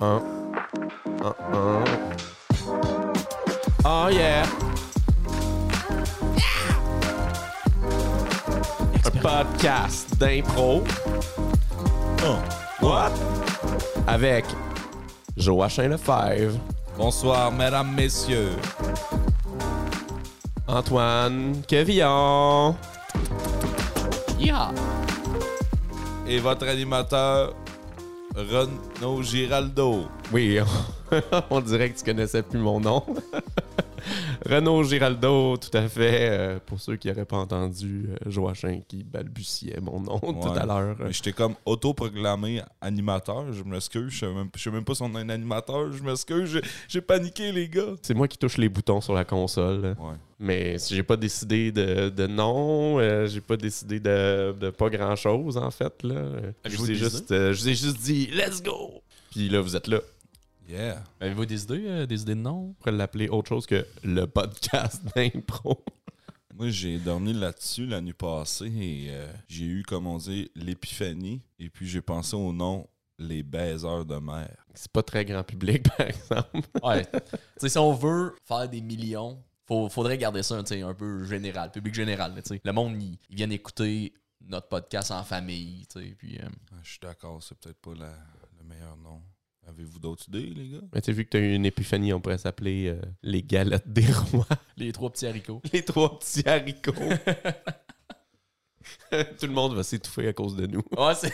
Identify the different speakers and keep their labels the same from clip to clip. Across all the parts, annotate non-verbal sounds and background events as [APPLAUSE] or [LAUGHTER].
Speaker 1: 1, 1, 1. Oh yeah! Un podcast d'impro.
Speaker 2: Oh,
Speaker 1: What? Avec Joachim Lefebvre,
Speaker 2: Bonsoir, mesdames, messieurs.
Speaker 1: Antoine Quevillon.
Speaker 2: Et votre animateur, Renaud Giraldo.
Speaker 1: Oui, [LAUGHS] on, on dirait que tu connaissais plus mon nom. [LAUGHS] Renaud Giraldo, tout à fait. Euh, pour ceux qui n'auraient pas entendu, euh, Joachim qui balbutiait mon nom [LAUGHS] tout
Speaker 2: Ouais.
Speaker 1: à l'heure.
Speaker 2: Mais J'étais comme autoproclamé animateur. Je m'excuse. Je sais même, je sais même pas si on a un animateur. Je m'excuse. J'ai- J'ai paniqué, les gars.
Speaker 1: C'est moi qui touche les boutons sur la console.
Speaker 2: Ouais.
Speaker 1: Mais si j'ai pas décidé de, de nom, euh, j'ai pas décidé de, de pas grand chose en fait. Là. Euh, Je
Speaker 3: Avez-vous
Speaker 1: vous ai
Speaker 3: des
Speaker 1: juste, euh, je vous ai juste dit let's go! Puis là, vous êtes là.
Speaker 2: Yeah.
Speaker 3: Avez-vous des idées, euh, des idées de noms?
Speaker 1: Pourquoi l'appeler autre chose que le podcast [LAUGHS] d'impro?
Speaker 2: Moi, j'ai dormi là-dessus la nuit passée et euh, j'ai eu, comme on dit, l'épiphanie. Et puis, j'ai pensé au nom Les baiseurs de mer.
Speaker 1: C'est pas très grand public, [LAUGHS] par exemple. [LAUGHS]
Speaker 3: Ouais. Tu sais, si on veut faire des millions, faut, faudrait garder ça tu sais, un peu général, public général. mais tu sais, le monde, ils ils viennent écouter notre podcast en famille. tu sais, Puis, euh,
Speaker 2: Ah, Je suis d'accord, c'est peut-être pas la- le meilleur nom. Avez-vous d'autres idées, les gars?
Speaker 1: Mais tu sais, vu que t'as eu une épiphanie, on pourrait s'appeler euh, les galettes des [LAUGHS] rois.
Speaker 3: les trois
Speaker 1: [LAUGHS]
Speaker 3: petits haricots.
Speaker 1: Les trois petits
Speaker 2: [LAUGHS]
Speaker 1: haricots. Tout le monde va s'étouffer à cause de nous. [LAUGHS]
Speaker 3: Ouais, c'est-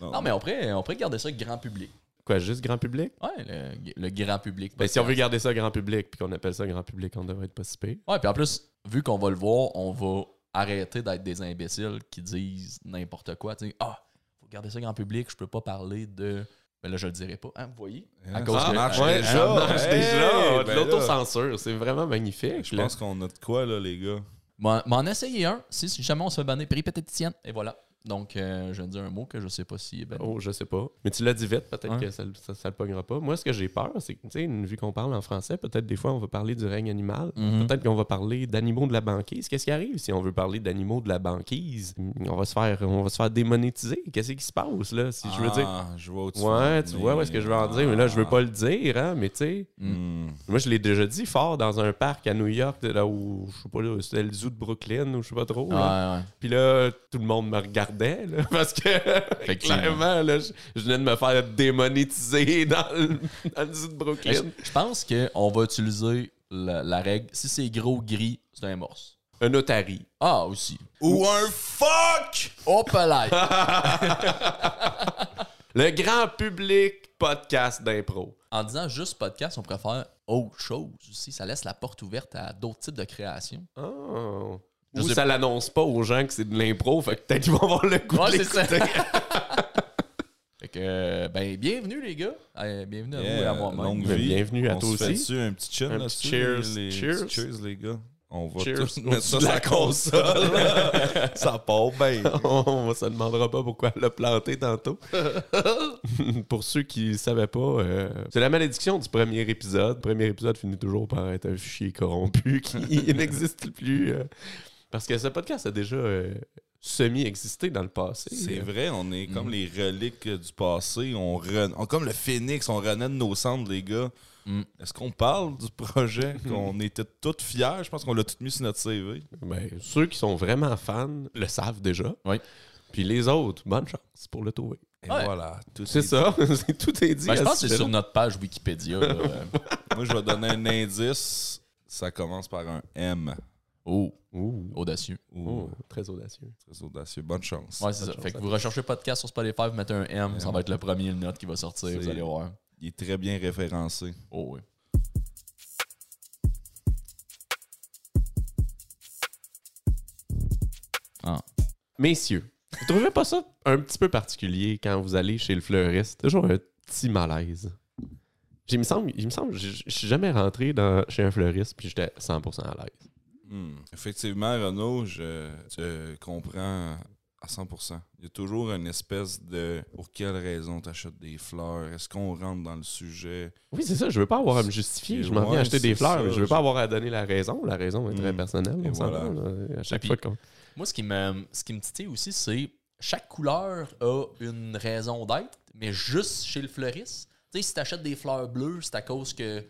Speaker 3: non, mais on pourrait, on pourrait garder ça grand public.
Speaker 1: Quoi, juste grand public?
Speaker 3: Ouais, le, le grand public.
Speaker 1: Ben, si on veut garder ça grand public puis qu'on appelle ça grand public, on devrait être pas si pire.
Speaker 3: Ouais, puis en plus, vu qu'on va le voir, on va arrêter d'être des imbéciles qui disent n'importe quoi. Tu sais, ah, faut garder ça grand public, je peux pas parler de. Ben là, je le dirai pas. Hein, vous voyez?
Speaker 2: Ah,
Speaker 3: cause
Speaker 2: ça
Speaker 3: que-
Speaker 2: marche
Speaker 1: Ouais,
Speaker 2: déjà.
Speaker 1: ça marche
Speaker 2: Hey,
Speaker 1: déjà.
Speaker 2: ben
Speaker 1: de L'autocensure, c'est vraiment magnifique.
Speaker 2: Je
Speaker 1: là.
Speaker 2: pense qu'on a de quoi, là, les gars.
Speaker 3: M'en m'en essayer un, si si jamais on se fait banner péripatéticienne, et voilà. Donc, euh, je vais dire un mot que je sais pas si. Ben,
Speaker 1: Oh, je sais pas. Mais tu l'as dit vite, peut-être
Speaker 3: Hein?
Speaker 1: que ça, ça, ça le pognera pas. Moi, ce que j'ai peur, c'est que, tu sais, vu qu'on parle en français, peut-être des fois on va parler du règne animal.
Speaker 3: Mhm.
Speaker 1: Peut-être qu'on va parler d'animaux de la banquise. Qu'est-ce qui arrive si on veut parler d'animaux de la banquise? On va se faire, on va se faire démonétiser. Qu'est-ce qui se passe, là? Si je veux dire.
Speaker 2: Ah, je vois où tu
Speaker 1: Ouais, tu vois où est-ce que je veux en dire, mais là, je veux pas le dire, hein, mais tu sais.
Speaker 2: Hmm.
Speaker 1: Moi, je l'ai déjà dit fort dans un parc à New York, là où, je sais pas, là, c'était le zoo de Brooklyn ou je sais pas trop. là.
Speaker 3: Ouais, ouais.
Speaker 1: Puis là, tout le monde me regardait, là, [LAUGHS] parce que
Speaker 3: Effectivement.
Speaker 1: clairement, là, je, je venais de me faire démonétiser [LAUGHS] dans le, dans le zoo de
Speaker 3: Ben,
Speaker 1: Brooklyn.
Speaker 3: je- Je pense qu'on va utiliser la, la règle si c'est gros gris, c'est un morse.
Speaker 1: Un otarie.
Speaker 3: Ah, aussi.
Speaker 2: Ou un fuck!
Speaker 3: Hop
Speaker 2: [LAUGHS]
Speaker 3: là!
Speaker 1: Le grand public podcast d'impro.
Speaker 3: en disant juste podcast, on pourrait faire autre chose aussi. Ça laisse la porte ouverte à d'autres types de créations.
Speaker 1: Oh.
Speaker 3: Ah. Je
Speaker 1: Ou
Speaker 3: sais
Speaker 1: ça l'annonce pas aux gens que c'est de l'impro, fait que peut-être qu'ils vont avoir le goût
Speaker 3: Ouais,
Speaker 1: de
Speaker 3: c'est ça.
Speaker 1: l'écouter.
Speaker 3: Fait que, euh, ben, bienvenue les gars. Euh, bienvenue à
Speaker 2: Yeah,
Speaker 3: vous et à moi-même.
Speaker 2: longue
Speaker 1: Mais
Speaker 2: vie.
Speaker 1: bienvenue à
Speaker 2: On
Speaker 1: toi
Speaker 2: se fait
Speaker 1: aussi.
Speaker 2: dessus un petit chin
Speaker 1: Un
Speaker 2: là-dessus,
Speaker 1: petit cheers,
Speaker 2: les,
Speaker 1: cheers.
Speaker 2: petit cheers, les gars. On va
Speaker 1: Cheers.
Speaker 2: tous mettre ça
Speaker 1: De
Speaker 2: sur
Speaker 1: la
Speaker 2: [LAUGHS]
Speaker 1: [LAUGHS]
Speaker 2: la console. ça part bien.
Speaker 1: On se demandera pas pourquoi elle l'a planté tantôt. Pour ceux qui savaient pas, euh, c'est la malédiction du premier épisode. Le premier épisode finit toujours par être un fichier corrompu [LAUGHS] qui n'existe plus. euh, parce que ce podcast a déjà euh, semi-existé dans le passé.
Speaker 2: C'est
Speaker 1: Euh,
Speaker 2: vrai, on est comme
Speaker 3: Mhm.
Speaker 2: les reliques euh, du passé. On rena- on- comme le phénix, on renaît de nos cendres, les gars.
Speaker 3: Mm.
Speaker 2: Est-ce qu'on parle du projet [LAUGHS] qu'on était tous fiers? Je pense qu'on l'a tout mis sur notre CV.
Speaker 1: ben, ceux qui sont vraiment fans le savent déjà.
Speaker 3: Oui.
Speaker 1: Puis les autres, bonne chance pour le trouver.
Speaker 2: Et
Speaker 3: Ouais.
Speaker 2: voilà. tout
Speaker 1: C'est
Speaker 2: est
Speaker 1: ça, [LAUGHS] c'est- tout est dit.
Speaker 3: Ben, je
Speaker 1: à
Speaker 3: pense
Speaker 1: ce
Speaker 3: que c'est sur
Speaker 1: sujet-là.
Speaker 3: notre page Wikipédia. là.
Speaker 2: [LAUGHS]
Speaker 3: Euh,
Speaker 2: Moi, je vais donner un indice. Ça commence par un M.
Speaker 3: oh,
Speaker 1: Ouh.
Speaker 3: audacieux.
Speaker 2: Ou
Speaker 1: Oh, très audacieux.
Speaker 2: très audacieux. Bonne chance.
Speaker 3: Ouais, c'est ça. Fait que vous recherchez podcast sur Spotify, vous mettez un M, ça va être le premier le note qui va sortir, vous
Speaker 2: C'est-
Speaker 3: allez voir.
Speaker 2: Il est très bien référencé.
Speaker 3: Oh oui. Ah.
Speaker 1: Messieurs, vous trouvez pas ça un petit peu particulier quand vous allez chez le fleuriste? Toujours un petit malaise. J'ai- Il me semble, il me semble, je je- je suis jamais rentré dans, chez un fleuriste puis j'étais 100% à l'aise.
Speaker 2: Hmm. Effectivement, Renaud, je, je comprends à 100%. Il y a toujours une espèce de pour quelle raison tu achètes des fleurs Est-ce qu'on rentre dans le sujet
Speaker 1: Oui, c'est ça, je veux pas avoir à me justifier. Je m'en
Speaker 2: Ouais,
Speaker 1: viens acheter des
Speaker 2: c'est
Speaker 1: fleurs,
Speaker 2: ça,
Speaker 1: mais je veux
Speaker 2: je-
Speaker 1: pas avoir à donner la raison. La raison est très
Speaker 2: Mm.
Speaker 1: personnelle,
Speaker 2: Et
Speaker 1: on s'entend,
Speaker 2: voilà.
Speaker 1: là. À chaque
Speaker 3: Et
Speaker 1: fois qu'on.
Speaker 3: Moi, ce qui me, ce qui me titille aussi, c'est chaque couleur a une raison d'être, mais juste chez le fleuriste. Tu sais, si t'achètes des fleurs bleues, c'est à cause que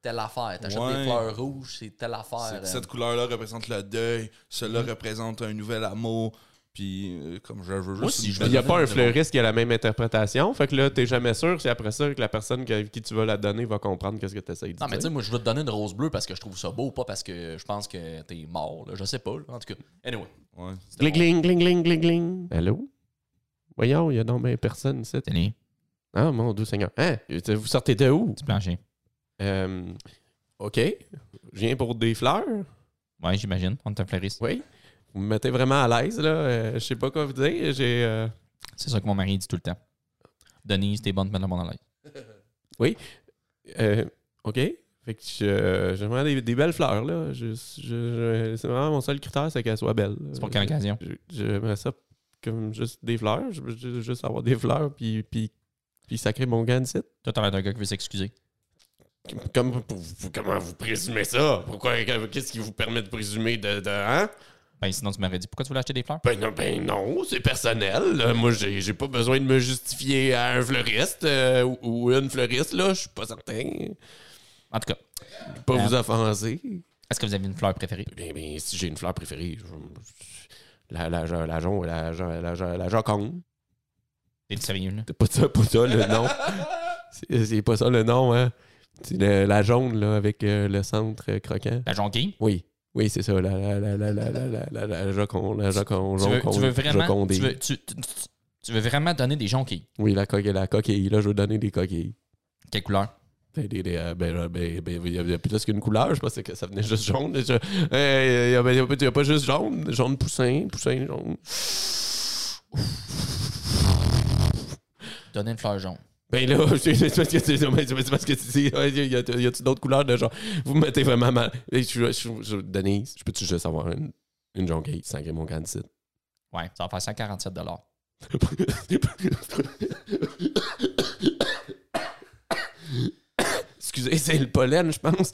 Speaker 3: telle affaire. T'achètes
Speaker 2: Ouais.
Speaker 3: des fleurs rouges, c'est telle affaire.
Speaker 2: C'est- Cette couleur-là représente le deuil, cela représente un nouvel amour. Puis, euh, comme je veux
Speaker 3: Moi,
Speaker 2: juste.
Speaker 3: si
Speaker 2: une
Speaker 3: je
Speaker 2: belle
Speaker 1: Il n'y a
Speaker 2: vie,
Speaker 1: pas un
Speaker 2: c'est
Speaker 1: fleuriste qui a la même interprétation. Fait que là, t'es jamais sûr si après ça que la personne que- qui tu veux la donner va comprendre qu'est-ce que tu essaies de
Speaker 3: Non, mais tu sais,
Speaker 1: dire.
Speaker 3: moi, je veux te donner une rose bleue parce que je trouve ça beau, pas parce que je pense que t'es mort. Là. Je sais pas, là. en tout cas. Anyway.
Speaker 2: bon. [LAUGHS] Ouais.
Speaker 1: Gling, gling, gling, gling, gling, gling. Allô? Voyons, il y a non mais personne ici.
Speaker 4: Tenez,
Speaker 1: Ah, mon doux Seigneur. Hein? Vous sortez de où?
Speaker 4: petit plancher.
Speaker 1: Euh, OK. Je viens pour des fleurs.
Speaker 4: Ouais, j'imagine. On est un fleuriste.
Speaker 1: Oui. Vous me mettez vraiment à l'aise, là. Euh, je sais pas quoi vous dire. J'ai. euh,
Speaker 4: C'est ça que mon mari dit tout le temps. Denise, t'es bonne de mettre le monde à l'aise.
Speaker 1: euh, OK. Fait que je- euh, j'ai vraiment des, des belles fleurs, là. Je- je- je- c'est vraiment mon seul critère, c'est qu'elles soient belles.
Speaker 4: C'est pour quelle occasion?
Speaker 1: Je- J'aimerais ça comme juste des fleurs. Je veux ju- juste avoir des fleurs, puis, puis, puis sacrer mon gant de site.
Speaker 4: Toi, t'as l'air d'un gars qui veut s'excuser.
Speaker 1: Comme, pour- pour- comment vous présumez ça? Pourquoi? Qu'est-ce qui vous permet de présumer de. de hein?
Speaker 4: Ben, sinon, tu m'aurais dit pourquoi tu voulais acheter des fleurs?
Speaker 1: Ben non, ben non, c'est personnel. là. Moi, j'ai j'ai pas besoin de me justifier à un fleuriste euh, ou, ou une fleuriste, là. Je suis pas certain.
Speaker 4: En tout cas,
Speaker 1: Pas
Speaker 4: Ah.
Speaker 1: vous offenser.
Speaker 4: est-ce que vous avez une fleur préférée?
Speaker 1: Ben, ben, si j'ai une fleur préférée, je- la, la, la, la, jon- la, la, la, la, la jaconde.
Speaker 4: T'es sérieux, là?
Speaker 1: C'est pas ça, pas ça le
Speaker 4: [LAUGHS]
Speaker 1: nom. C'est c'est pas ça le nom, hein. C'est le- la jaune, là, avec euh, le centre euh, croquant.
Speaker 4: La jonquille?
Speaker 1: Oui. Oui, c'est ça, la, la, la, la, la, la, la, la, la jaconde, la jaconde,
Speaker 4: Tu veux, tu veux
Speaker 1: jaconde,
Speaker 4: vraiment.
Speaker 1: jacondée.
Speaker 4: Tu veux, tu- tu- tu- tu veux vraiment donner des jonquilles?
Speaker 1: Oui, la coquille, la coquille. Là, je veux donner des coquilles.
Speaker 4: Quelle couleur?
Speaker 1: Ben, des- des, euh, ben, euh, ben, ben, il y avait plus qu'une couleur, je pensais que ça venait juste jaune. Je- euh, Il n'y a, il y a pas- il y a pas juste jaune, jaune poussin, poussin jaune.
Speaker 4: Donner une fleur jaune.
Speaker 1: Ben là, [LAUGHS] je- c'est parce que c'est ben, c'est parce que c'est- il y a, il y a-tu d'autres couleurs de genre. Vous me mettez vraiment mal. Hey, Je, suis- je, suis- je- Denise, je peux-tu juste avoir une, une jonquille sans que mon candidat?
Speaker 4: Ouais, ça va faire 147
Speaker 1: Excusez, c'est le pollen, je pense.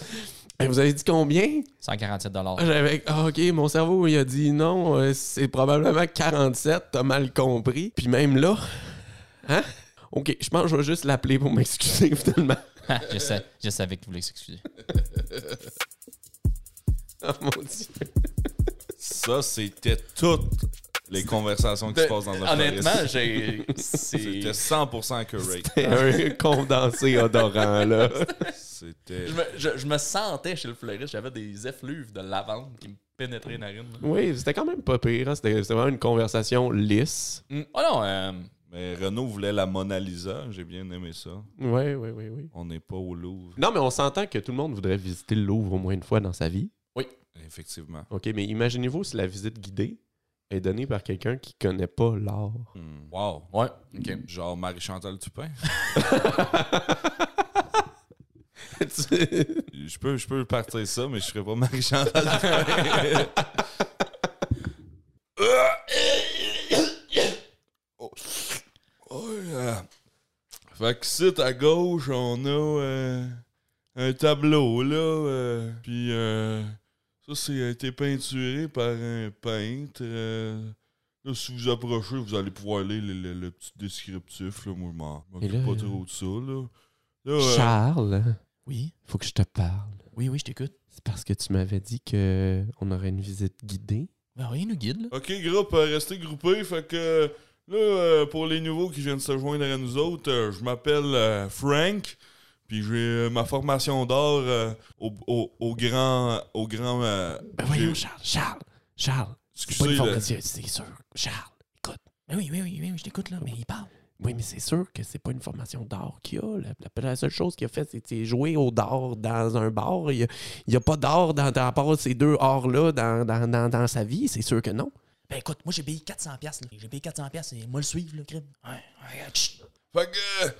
Speaker 1: Ben, Vous avez dit combien?
Speaker 4: 147
Speaker 1: [LAUGHS] Ah, J'avais. Ah, ok, mon cerveau, il a dit non, euh, c'est probablement 47, t'as mal compris. Puis même là. Hein? Ok, je pense que je vais juste l'appeler pour m'excuser [LAUGHS] finalement.
Speaker 4: Ha, Ah, je, sais, je savais que tu voulais s'excuser.
Speaker 1: Oh mon dieu.
Speaker 2: Ça, c'était toutes les conversations qui se passent dans un
Speaker 3: Ben, Honnêtement,
Speaker 2: fleuriste.
Speaker 3: [LAUGHS] j'ai.
Speaker 2: C'était
Speaker 3: c'est-
Speaker 2: 100% accurate.
Speaker 1: [LAUGHS] Un condensé odorant, là.
Speaker 2: C'était.
Speaker 3: Je me, je- je me sentais chez le fleuriste, j'avais des effluves de lavande qui me pénétraient les narines.
Speaker 1: Oui, c'était quand même pas pire. hein. C'était c'était vraiment une conversation lisse.
Speaker 3: Mm. Oh non, euh,
Speaker 2: Mais Renaud voulait la Mona Lisa, j'ai bien aimé ça.
Speaker 1: Oui, oui, oui, oui.
Speaker 2: On n'est pas au Louvre.
Speaker 1: Non, mais on s'entend que tout le monde voudrait visiter le Louvre au moins une fois dans sa vie.
Speaker 2: Effectivement.
Speaker 1: OK, mais imaginez-vous si la visite guidée est donnée par quelqu'un qui connaît pas l'art.
Speaker 2: Hmm. Wow.
Speaker 3: ouais, ok.
Speaker 2: Genre Marie-Chantal Tupin.
Speaker 1: Tu-
Speaker 2: je, peux, je peux partir ça, mais je serais pas Marie-Chantal Tupin. oh. Oh, yeah. Fait que ici, à gauche, on a euh, un tableau, là. euh, Puis euh, ça, c'est a été peinturé par un peintre. euh. Là, si vous approchez, vous allez pouvoir lire le, le- le petit descriptif. Là, moi, je m'en- je
Speaker 1: Et
Speaker 2: m'occupe
Speaker 1: là,
Speaker 2: pas
Speaker 1: euh,
Speaker 2: trop de ça, là. Là,
Speaker 1: [LAUGHS]
Speaker 2: euh,
Speaker 1: Charles,
Speaker 4: Oui,
Speaker 1: faut que je te parle.
Speaker 4: oui, oui, je t'écoute.
Speaker 1: C'est parce que tu m'avais dit que on aurait une visite guidée.
Speaker 4: Ben, rien nous guide, là.
Speaker 2: OK, groupe, euh, restez groupés. Fait que euh, là, euh, pour les nouveaux qui viennent se joindre à nous autres, euh, je m'appelle euh, Frank. Puis j'ai euh, ma formation d'art euh, au, au- au grand. Au grand euh,
Speaker 1: Ben
Speaker 2: voyons,
Speaker 1: Charles, Charles, Charles.
Speaker 2: excusez, là.
Speaker 1: c'est euh, sûr. Charles, écoute.
Speaker 4: Ben oui, oui, oui, oui, je t'écoute, là, mais il parle.
Speaker 1: Oui, mais c'est sûr que c'est pas une formation d'art qu'il a. La, la- la seule chose qu'il a fait, c'est- c'est jouer au d'art dans un bar. Il n'y a, pas d'art dans, dans- à part ces deux arts-là dans, dans- dans- dans sa vie. C'est sûr que non.
Speaker 5: Ben écoute, moi j'ai payé 400$. piastres, là. J'ai payé 400$ piastres et moi le suivre, le crime. Ouais, ouais, chut.
Speaker 2: Fait que.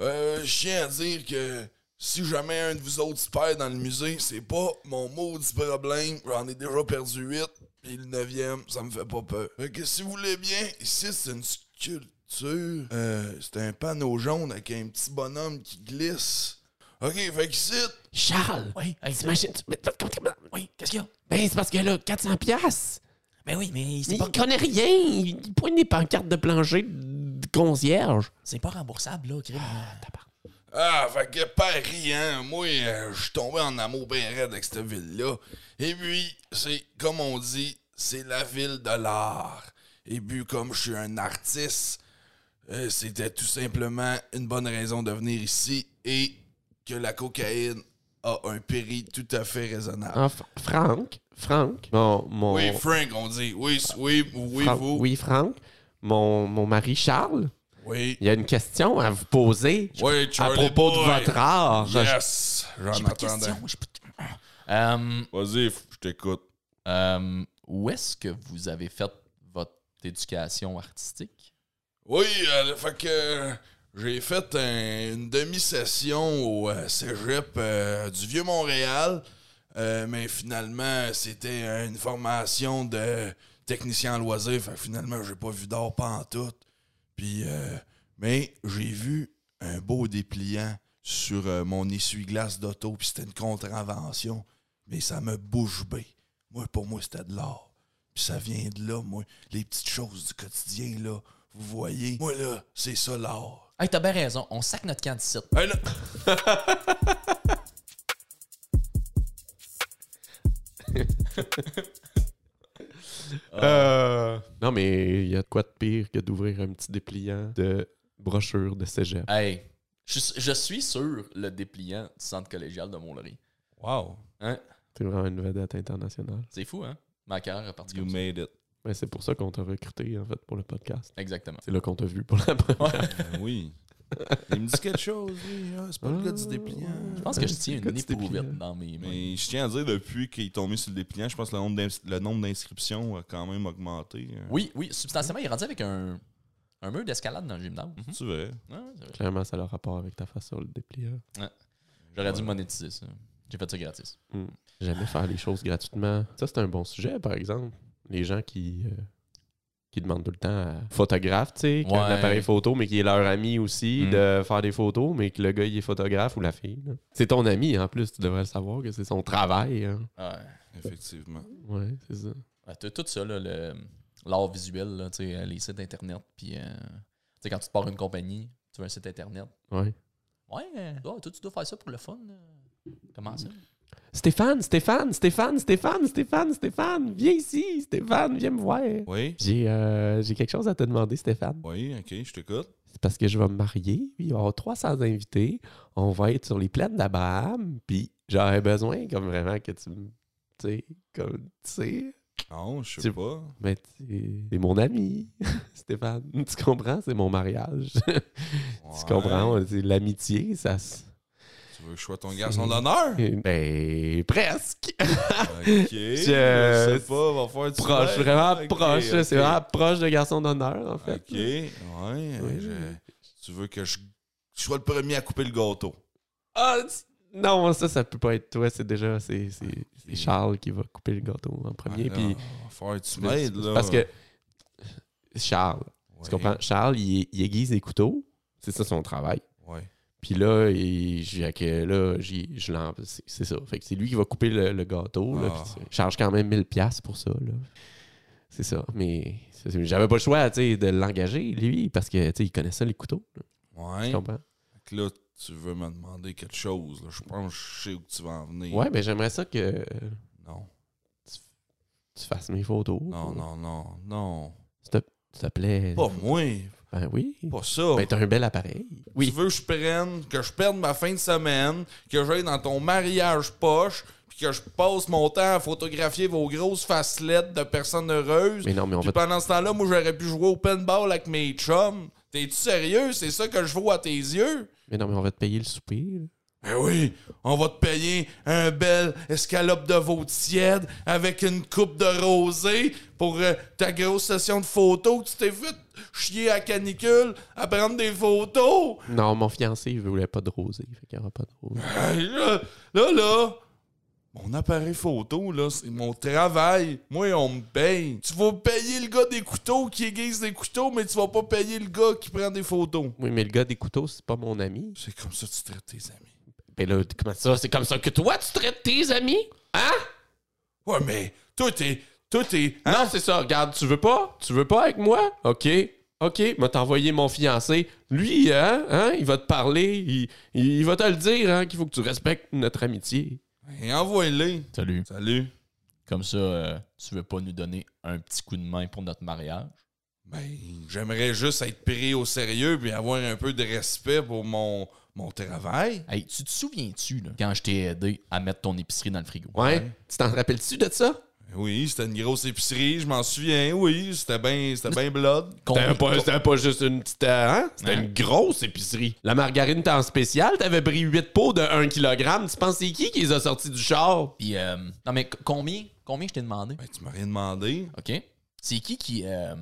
Speaker 2: euh, je tiens à dire que si jamais un de vous autres se perd dans le musée, c'est pas mon maudit problème. J'en ai déjà perdu 8. Puis le 9e, ça me fait pas peur. Fait que si vous voulez bien, ici c'est une sculpture. Euh, c'est un panneau jaune avec un petit bonhomme qui glisse. Ok, fait que ici.
Speaker 1: Charles!
Speaker 5: Ouais, hey,
Speaker 1: T'imagines-
Speaker 5: Oui, qu'est-ce qu'il y a?
Speaker 1: Ben, c'est parce que là, 400 piastres,
Speaker 5: Ben oui, mais c'est
Speaker 1: Il
Speaker 5: pas,
Speaker 1: connaît rien. Il pointe des pancartes de plancher de concierge.
Speaker 5: c'est pas remboursable, là, crime. Ah,
Speaker 2: Ah, fait que Paris, hein, moi, euh, je suis tombé en amour bien raide avec cette ville-là. Et puis, c'est, comme on dit, c'est la ville de l'art. Et puis, comme je suis un artiste, euh, c'était tout simplement une bonne raison de venir ici et que la cocaïne a un prix tout à fait raisonnable.
Speaker 1: Enfin, Franck, Franck, mon, mon
Speaker 2: Oui, Frank, on dit. Oui, s- oui, oui,
Speaker 1: Franck-
Speaker 2: vous.
Speaker 1: oui, Frank, mon, mon mari Charles,
Speaker 2: Oui.
Speaker 1: il y a une question à vous poser
Speaker 2: Oui,
Speaker 1: à
Speaker 2: Charlie
Speaker 1: propos
Speaker 2: boy.
Speaker 1: de votre art.
Speaker 2: Yes, j'en
Speaker 3: J'ai pas de
Speaker 2: attendais.
Speaker 3: questions. j'ai pas de- Euh,
Speaker 2: Vas-y, f- je t'écoute.
Speaker 3: euh, où est-ce que vous avez fait votre éducation artistique?
Speaker 2: Oui, euh, fait que euh, j'ai fait un- une demi-session au euh, cégep euh, du Vieux-Montréal, euh, mais finalement, c'était euh, une formation de technicien en loisir. Fait que finalement, j'ai pas vu d'or pantoute. Puis, euh, mais j'ai vu un beau dépliant sur euh, mon essuie-glace d'auto, puis c'était une contravention. Mais ça me bouche bée. Moi, pour moi, c'était de l'art. Puis ça vient de là, moi. Les petites choses du quotidien, là. Vous voyez, moi, là, c'est ça l'art.
Speaker 3: Hey, t'as bien raison, on sac notre camp de site.
Speaker 2: Hey, là-
Speaker 1: Euh, Non, mais il y a de quoi de pire que d'ouvrir un petit dépliant de brochure de cégep.
Speaker 3: Hey, je, suis- je suis sur le dépliant du centre collégial de Montlhéry.
Speaker 6: Wow.
Speaker 3: Hein?
Speaker 1: T'es vraiment une vedette internationale.
Speaker 3: C'est fou, hein? Ma carrière est partie
Speaker 6: You
Speaker 3: comme ça.
Speaker 6: made it.
Speaker 1: Mais c'est pour ça qu'on t'a recruté, en fait, pour le podcast.
Speaker 3: Exactement.
Speaker 1: C'est là qu'on t'a vu pour la [LAUGHS] première fois.
Speaker 6: Ben oui.
Speaker 2: Il me dit quelque chose, lui. hein, C'est pas le gars du dépliant.
Speaker 3: Je pense que je tiens
Speaker 1: Quand
Speaker 3: une
Speaker 1: tu
Speaker 3: éprouvette
Speaker 1: t'es
Speaker 3: dans mes mains.
Speaker 6: Mais je tiens à dire, depuis qu'ils sont mis sur le dépliant, je pense que le nombre d'ins- le nombre d'inscriptions a quand même augmenté. hein.
Speaker 3: Oui, oui, substantiellement, il est rendu avec un, un mur d'escalade dans le gymnase.
Speaker 2: Mm-hmm.
Speaker 6: C'est vrai.
Speaker 3: Ouais, ouais, c'est vrai.
Speaker 1: Clairement, ça a le rapport avec ta façon, le dépliant.
Speaker 3: J'aurais dû monétiser ça. J'ai fait ça gratis.
Speaker 1: Jamais faire les choses gratuitement. Ça, c'est un bon sujet, par exemple. Les gens qui, euh, qui demandent tout le temps à photographe, tu sais, qui a un
Speaker 3: Ouais.
Speaker 1: appareil photo, mais qui est leur ami aussi,
Speaker 3: Mm.
Speaker 1: de faire des photos, mais que le gars, il est photographe ou la fille. là. C'est ton ami, en plus, tu devrais le savoir que c'est son travail. hein.
Speaker 3: Ouais.
Speaker 6: Effectivement.
Speaker 1: Ouais, c'est ça.
Speaker 3: Ouais, t'as tout ça, là, le- l'art visuel, là, tu sais, euh, les sites internet. Puis, euh, tu sais, quand tu te pars une compagnie, tu veux un site internet.
Speaker 1: Ouais.
Speaker 3: Ouais, euh, toi, toi, tu dois faire ça pour le fun. euh. Comment ça?
Speaker 1: Stéphane, Stéphane, Stéphane, Stéphane, Stéphane, Stéphane, viens ici, Stéphane, viens me voir.
Speaker 6: Oui.
Speaker 1: J'ai euh, j'ai quelque chose à te demander, Stéphane.
Speaker 6: Oui, ok, je t'écoute.
Speaker 1: C'est parce que je vais me marier, puis il va y avoir 300 invités, on va être sur les plaines d'Abraham, puis j'aurais besoin comme vraiment que tu me... Tu sais, comme, tu sais,
Speaker 6: Non, je sais
Speaker 1: Tu-
Speaker 6: pas.
Speaker 1: mais tu- c'est mon ami, [LAUGHS] Stéphane. Tu comprends, c'est mon mariage.
Speaker 6: Ouais.
Speaker 1: [LAUGHS] tu comprends, on- c'est l'amitié, ça se...
Speaker 6: Tu veux que je sois ton garçon
Speaker 1: [LAUGHS]
Speaker 6: d'honneur?
Speaker 1: Ben, presque!
Speaker 6: ok. [LAUGHS] Je... sais pas, va faire du
Speaker 1: Proche,
Speaker 6: bien.
Speaker 1: vraiment
Speaker 6: Ok,
Speaker 1: proche, là, c'est
Speaker 6: ok.
Speaker 1: vraiment proche de garçon d'honneur, en fait.
Speaker 6: Ok, ouais. euh, je- Tu veux que je... je sois le premier à couper le gâteau?
Speaker 1: Ah, c- non, ça, ça peut pas être toi. C'est déjà c'est, c'est- c'est Charles qui va couper le gâteau en premier.
Speaker 6: Ah,
Speaker 1: puis-
Speaker 6: là, Faire du maid, là.
Speaker 1: parce que Charles,
Speaker 6: Ouais.
Speaker 1: tu comprends? Charles, il, il aiguise des couteaux. C'est ça son travail.
Speaker 6: Ouais.
Speaker 1: Puis là, il, j'ai- que là j'ai- je l'en- c'est, c'est ça. Fait que c'est lui qui va couper le, le gâteau. là,
Speaker 6: Ah.
Speaker 1: puis il charge quand même 1000$ piastres pour ça. Là. C'est ça. Mais c'est- c'est- j'avais pas le choix tu sais, de l'engager, lui, parce que tu sais, il connaît ça, les couteaux. là.
Speaker 6: Ouais.
Speaker 1: Tu comprends?
Speaker 6: Fait que Là, tu veux me demander quelque chose. là. Je pense que je sais où que tu vas en venir.
Speaker 1: Ouais, ben j'aimerais ça que
Speaker 6: Non,
Speaker 1: tu fasses mes photos.
Speaker 6: non, non, non, non.
Speaker 1: S'il te plaît.
Speaker 6: Pas moi,
Speaker 1: Ben oui.
Speaker 6: pas ça.
Speaker 1: Ben, t'as un bel appareil.
Speaker 6: Tu veux que je prenne, que je perde ma fin de semaine, que j'aille dans ton mariage poche, puis que je passe mon temps à photographier vos grosses facelettes de personnes heureuses.
Speaker 1: Mais non, mais on
Speaker 6: Puis
Speaker 1: va.
Speaker 6: pendant ce temps-là, moi, j'aurais pu jouer au pinball avec mes chums. T'es-tu sérieux? C'est ça que je vois à tes yeux?
Speaker 1: Mais non, mais on va te payer le souper. là.
Speaker 6: Ben oui, on va te payer un bel escalope de veau tiède avec une coupe de rosée pour euh, ta grosse session de photos que tu t'es fait chier à canicule à prendre des photos.
Speaker 1: Non, mon fiancé, il voulait pas de rosé. Fait qu'il y aura pas de rosé.
Speaker 6: Hey, là, là, là, mon appareil photo, là, c'est mon travail. Moi, on me paye. Tu vas payer le gars des couteaux qui aiguise des couteaux, mais tu vas pas payer le gars qui prend des photos.
Speaker 1: Oui, mais le gars des couteaux, c'est pas mon ami.
Speaker 6: C'est comme ça que tu traites tes amis.
Speaker 1: Ben là, comment ça? C'est comme ça que toi, tu traites tes amis?
Speaker 6: Ouais, mais toi, t'es.
Speaker 2: Tout est. hein?
Speaker 1: Non, c'est ça. Regarde, tu veux pas? Tu veux pas avec moi? OK. OK, m'a t'envoyé mon fiancé. Lui, hein, hein, il va te parler, il, il- il va te le dire, hein, qu'il faut que tu respectes notre amitié.
Speaker 2: Et envoie-les.
Speaker 7: Salut.
Speaker 2: Salut.
Speaker 7: Comme ça, euh, tu veux pas nous donner un petit coup de main pour notre mariage?
Speaker 2: Ben, j'aimerais juste être pris au sérieux puis avoir un peu de respect pour mon, mon travail.
Speaker 7: Hey, tu te souviens-tu, là, quand je t'ai aidé à mettre ton épicerie dans le frigo?
Speaker 1: Ouais. Tu t'en rappelles-tu de ça?
Speaker 2: Oui, c'était une grosse épicerie, je m'en souviens. Oui, c'était bien c'était ben blood.
Speaker 1: C'était pas, c'était pas juste une petite. euh, hein? C'était une grosse épicerie. La margarine t'en spécial, t'avais pris 8 pots de 1 kg. Tu penses c'est qui qui les a sortis du char?
Speaker 7: Puis, euh, non, mais c- combien, combien je t'ai demandé?
Speaker 2: Ben, tu m'as rien demandé.
Speaker 7: OK? C'est qui qui euh,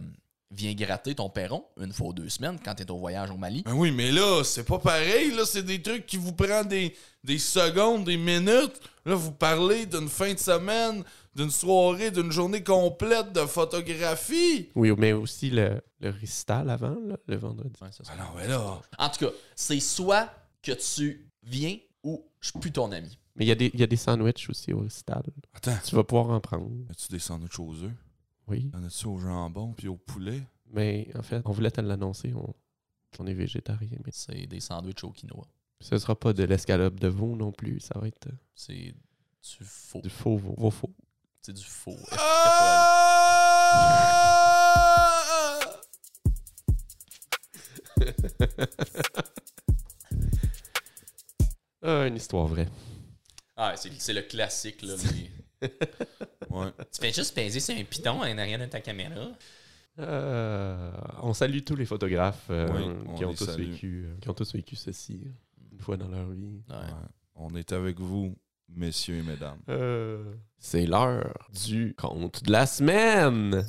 Speaker 7: vient gratter ton perron une fois aux deux semaines quand t'es au voyage au Mali?
Speaker 2: Ben oui, mais là, c'est pas pareil. Là, c'est des trucs qui vous prennent des, des secondes, des minutes. Là, vous parlez d'une fin de semaine, d'une soirée, d'une journée complète de photographie.
Speaker 1: Oui, mais aussi le, le récital avant, là, le vendredi.
Speaker 7: Ouais, ça, ça.
Speaker 2: Alors, Ah mais là,
Speaker 7: En tout cas, c'est soit que tu viens ou je suis plus ton ami.
Speaker 1: Mais il y, a des- il y a des sandwichs aussi au récital.
Speaker 2: attends,
Speaker 1: Tu vas pouvoir en prendre.
Speaker 2: as-tu des sandwichs aux œufs?
Speaker 1: Oui.
Speaker 2: En as-tu au jambon puis au poulet?
Speaker 1: Mais en fait, on voulait te l'annoncer. On, on est végétarien. Mais
Speaker 7: C'est des sandwichs au quinoa.
Speaker 1: ce sera pas de l'escalope de veau non plus. Ça va être euh,
Speaker 7: C'est du faux.
Speaker 1: du faux veau. Veau faux.
Speaker 7: C'est du faux.
Speaker 1: Ah, une histoire vraie.
Speaker 7: Ah, c'est c'est le classique, [LAUGHS] là. mais-
Speaker 2: Ouais.
Speaker 7: Tu fais juste peser sur un piton en arrière de ta caméra.
Speaker 1: Euh, on salue tous les photographes euh,
Speaker 2: Oui, on
Speaker 1: qui, ont
Speaker 2: les
Speaker 1: tous
Speaker 2: salue.
Speaker 1: vécu, euh, qui ont tous vécu ceci euh, une fois dans leur vie.
Speaker 7: Ouais.
Speaker 2: Ouais. On est avec vous, messieurs et mesdames.
Speaker 1: Euh, C'est l'heure du compte de la semaine.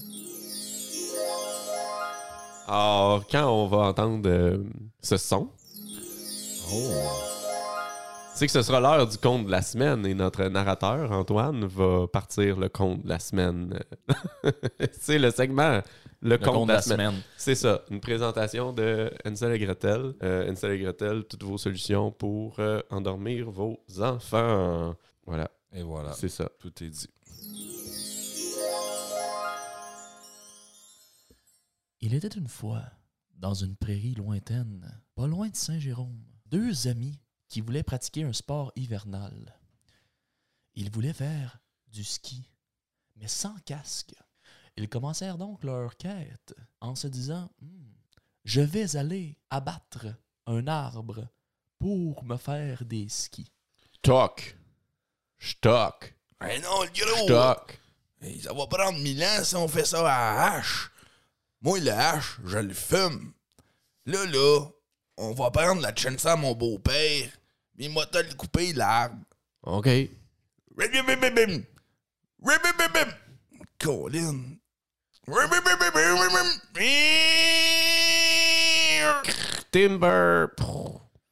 Speaker 1: Alors, quand on va entendre euh, ce son, c'est que ce sera l'heure du compte de la semaine et notre narrateur, Antoine, va partir le compte de la semaine. [LAUGHS] c'est le segment, le,
Speaker 7: Le compte de la semaine.
Speaker 1: c'est ça, une présentation de Hansel et Gretel. Euh, Hansel et Gretel, toutes vos solutions pour euh, endormir vos enfants. Voilà,
Speaker 2: Et voilà,
Speaker 1: c'est ça.
Speaker 2: tout est dit.
Speaker 7: Il était une fois, dans une prairie lointaine, pas loin de Saint-Jérôme, deux amis qui voulaient pratiquer un sport hivernal. Ils voulaient faire du ski, mais sans casque. Ils commencèrent donc leur quête en se disant Hmm, Je vais aller abattre un arbre pour me faire des skis.
Speaker 1: Toc. Stock.
Speaker 8: Mais non, le gros!
Speaker 1: Toc.
Speaker 8: Hey, Ça va prendre mille ans si on fait ça à hache. Moi, le hache, je le fume. Là, là, on va prendre la chensa à mon beau-père. Mais il m'a te le coupé l'arbre.
Speaker 1: OK.
Speaker 8: Ribibibibim. Ribibibibim. Colin. Ribibibibim.
Speaker 1: Timber.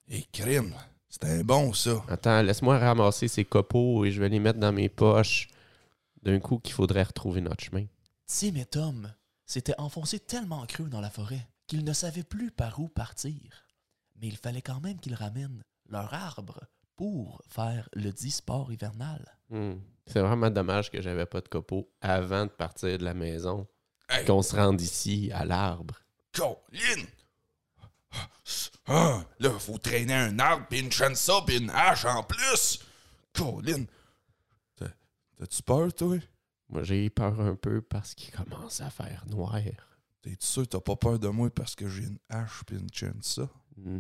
Speaker 8: Et crime, c'est un bon, ça.
Speaker 1: Attends, laisse-moi ramasser ces copeaux et je vais les mettre dans mes poches. D'un coup qu'il faudrait retrouver notre chemin.
Speaker 7: Tim et Tom s'étaient enfoncés tellement creux dans la forêt qu'ils ne savaient plus par où partir. Mais il fallait quand même qu'ils ramènent leur arbre pour faire le dit sport hivernal.
Speaker 1: Hmm. C'est vraiment dommage que j'avais pas de copeaux avant de partir de la maison.
Speaker 8: Hey.
Speaker 1: Qu'on se rende ici, à l'arbre.
Speaker 8: Colin.
Speaker 2: Hein?
Speaker 8: Ah, là, faut traîner un arbre, puis une chensa, puis une hache en plus. Colin.
Speaker 2: T'as-tu peur, toi?
Speaker 1: Moi, j'ai peur un peu parce qu'il commence à faire noir.
Speaker 2: T'es-tu sûr que t'as pas peur de moi parce que j'ai une hache puis une chensa?
Speaker 1: Hmm.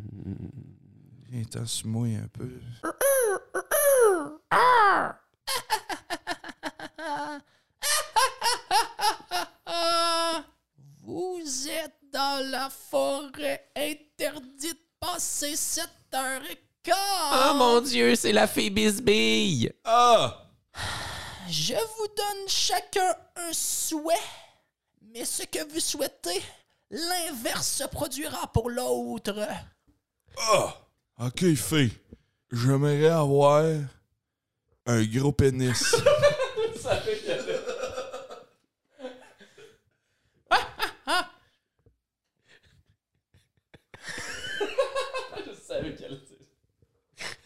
Speaker 2: Viens, t'en sur moi un peu.
Speaker 9: Vous êtes dans la forêt interdite passé 7 heures et
Speaker 1: Oh
Speaker 9: quart.
Speaker 1: mon Dieu, c'est la fée Bisbille!
Speaker 2: Ah!
Speaker 9: Je vous donne chacun un souhait, mais ce que vous souhaitez, l'inverse se produira pour l'autre.
Speaker 2: Ah! Ok, fille. J'aimerais avoir un gros pénis.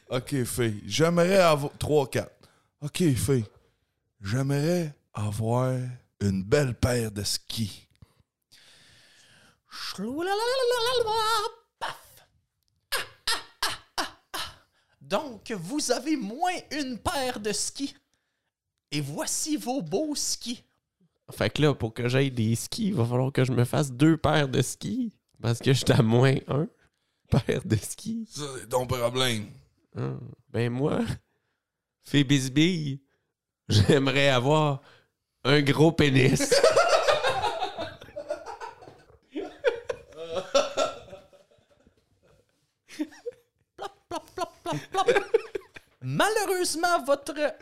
Speaker 2: Ok, fille. J'aimerais avoir. 3, 4. Ok, fille. J'aimerais avoir une belle paire de skis.
Speaker 7: Donc, vous avez moins une paire de skis. Et voici vos beaux skis.
Speaker 1: Fait que là, pour que j'aille des skis, il va falloir que je me fasse deux paires de skis. Parce que je suis à moins un paire de skis.
Speaker 2: Ça, c'est ton problème.
Speaker 1: Hein. Ben moi, [LAUGHS] fais bisbille, j'aimerais avoir un gros
Speaker 2: [LAUGHS]
Speaker 1: pénis.
Speaker 7: [LAUGHS] Malheureusement, votre. [CLEARS THROAT]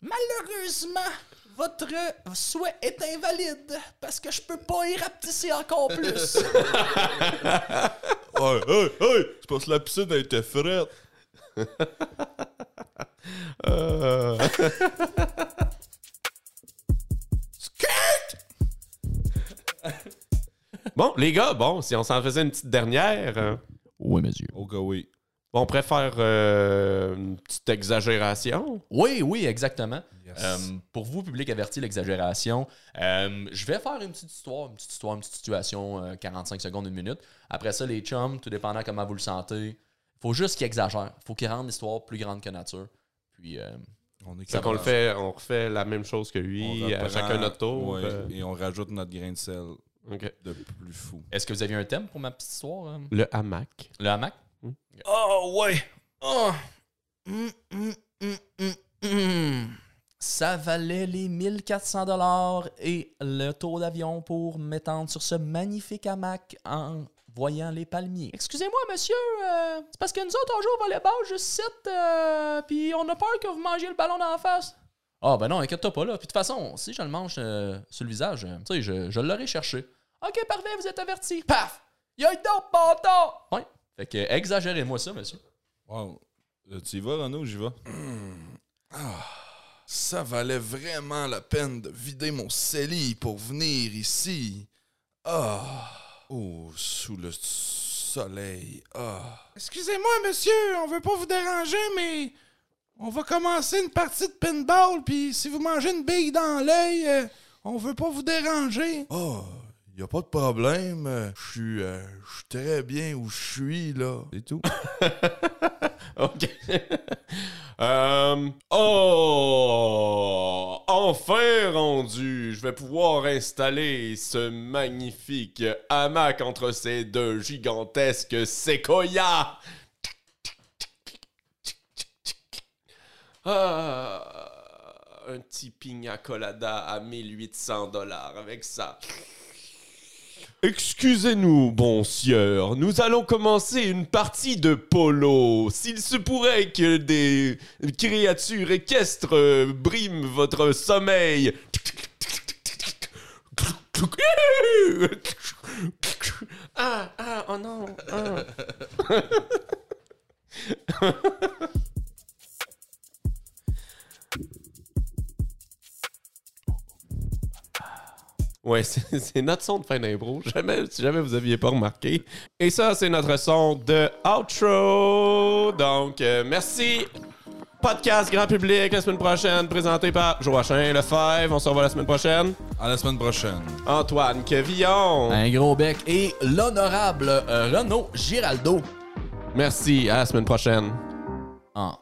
Speaker 7: Malheureusement, votre souhait est invalide parce que je peux pas y rapetisser encore plus.
Speaker 2: Hey, [LAUGHS] hey, hey! C'est parce que la piscine elle était frette.
Speaker 1: Euh. bon, les gars, bon, si on s'en faisait une petite dernière, euh,
Speaker 4: Oui, monsieur.
Speaker 1: Oh,
Speaker 2: Ok, oui.
Speaker 1: on pourrait faire euh, une petite exagération.
Speaker 3: Oui, oui, exactement. Euh, pour vous, public averti, l'exagération, euh, je vais faire une petite histoire, une petite histoire, une petite situation, euh, 45 secondes, une minute. Après ça, les chums, tout dépendant comment vous le sentez, faut juste qu'ils exagèrent. faut qu'ils rendent l'histoire plus grande que nature. Puis, euh,
Speaker 2: On est
Speaker 1: Fait qu'on le fait, on refait la même chose que lui,
Speaker 2: On
Speaker 1: à
Speaker 2: reprend,
Speaker 1: chacun notre tour.
Speaker 2: ouais,
Speaker 1: euh,
Speaker 2: Et on rajoute notre grain de sel
Speaker 1: ok.
Speaker 2: de plus fou.
Speaker 3: est-ce que vous aviez un thème pour ma petite histoire? euh,
Speaker 1: Le hamac.
Speaker 3: Le hamac?
Speaker 7: Oh, ouais. Oh. Hum, hum, hum, hum, hum. Ça valait les 1400 dollars et le taux d'avion pour m'étendre sur ce magnifique hamac en voyant les palmiers. Excusez-moi, monsieur, euh, c'est parce que nous autres, on joue au volleyball juste 7, puis on a peur que vous mangiez le ballon d'en face. Ah, ben non, inquiète-toi pas, là. Puis de toute façon, si je le mange euh, sur le visage, euh, tu sais, je, je l'aurais cherché. Ok, parfait, vous êtes averti. Paf! Y'a eu d'autres bâtons! Ouais. Fait que, exagérez-moi ça, monsieur.
Speaker 2: Wow. Euh, Tu y vas, Renaud, ou j'y [CLEARS THROAT] vais? Ah, ça valait vraiment la peine de vider mon CELI pour venir ici. Ah. Oh, sous le soleil. Ah.
Speaker 6: Excusez-moi, monsieur, on veut pas vous déranger, mais on va commencer une partie de pinball, puis si vous mangez une bille dans l'œil, euh, on veut pas vous déranger.
Speaker 2: Ah, y a pas de problème. Euh, Je suis euh, je suis très bien où je suis, là. C'est tout.
Speaker 1: OK. Euh, oh! Enfin rendu! Je vais pouvoir installer ce magnifique hamac entre ces deux gigantesques séquoias! Ah, un petit pina colada à 1800 dollars avec ça. Excusez-nous, bon sieur, nous allons commencer une partie de polo. S'il se pourrait que des créatures équestres euh, briment votre sommeil. Ah, ah, oh non. ah. Ouais, [LAUGHS] c'est c'est notre son de fin d'impro. Jamais, si jamais vous aviez pas remarqué. Et ça, c'est notre son de outro. Donc, euh, merci. Podcast grand public la semaine prochaine, présenté par Joachim Lefebvre. On se revoit la semaine prochaine.
Speaker 2: À la semaine prochaine.
Speaker 1: Antoine Quevillon.
Speaker 3: Un gros bec et l'honorable euh, Renaud Giraldo.
Speaker 1: Merci, à la semaine prochaine.
Speaker 3: En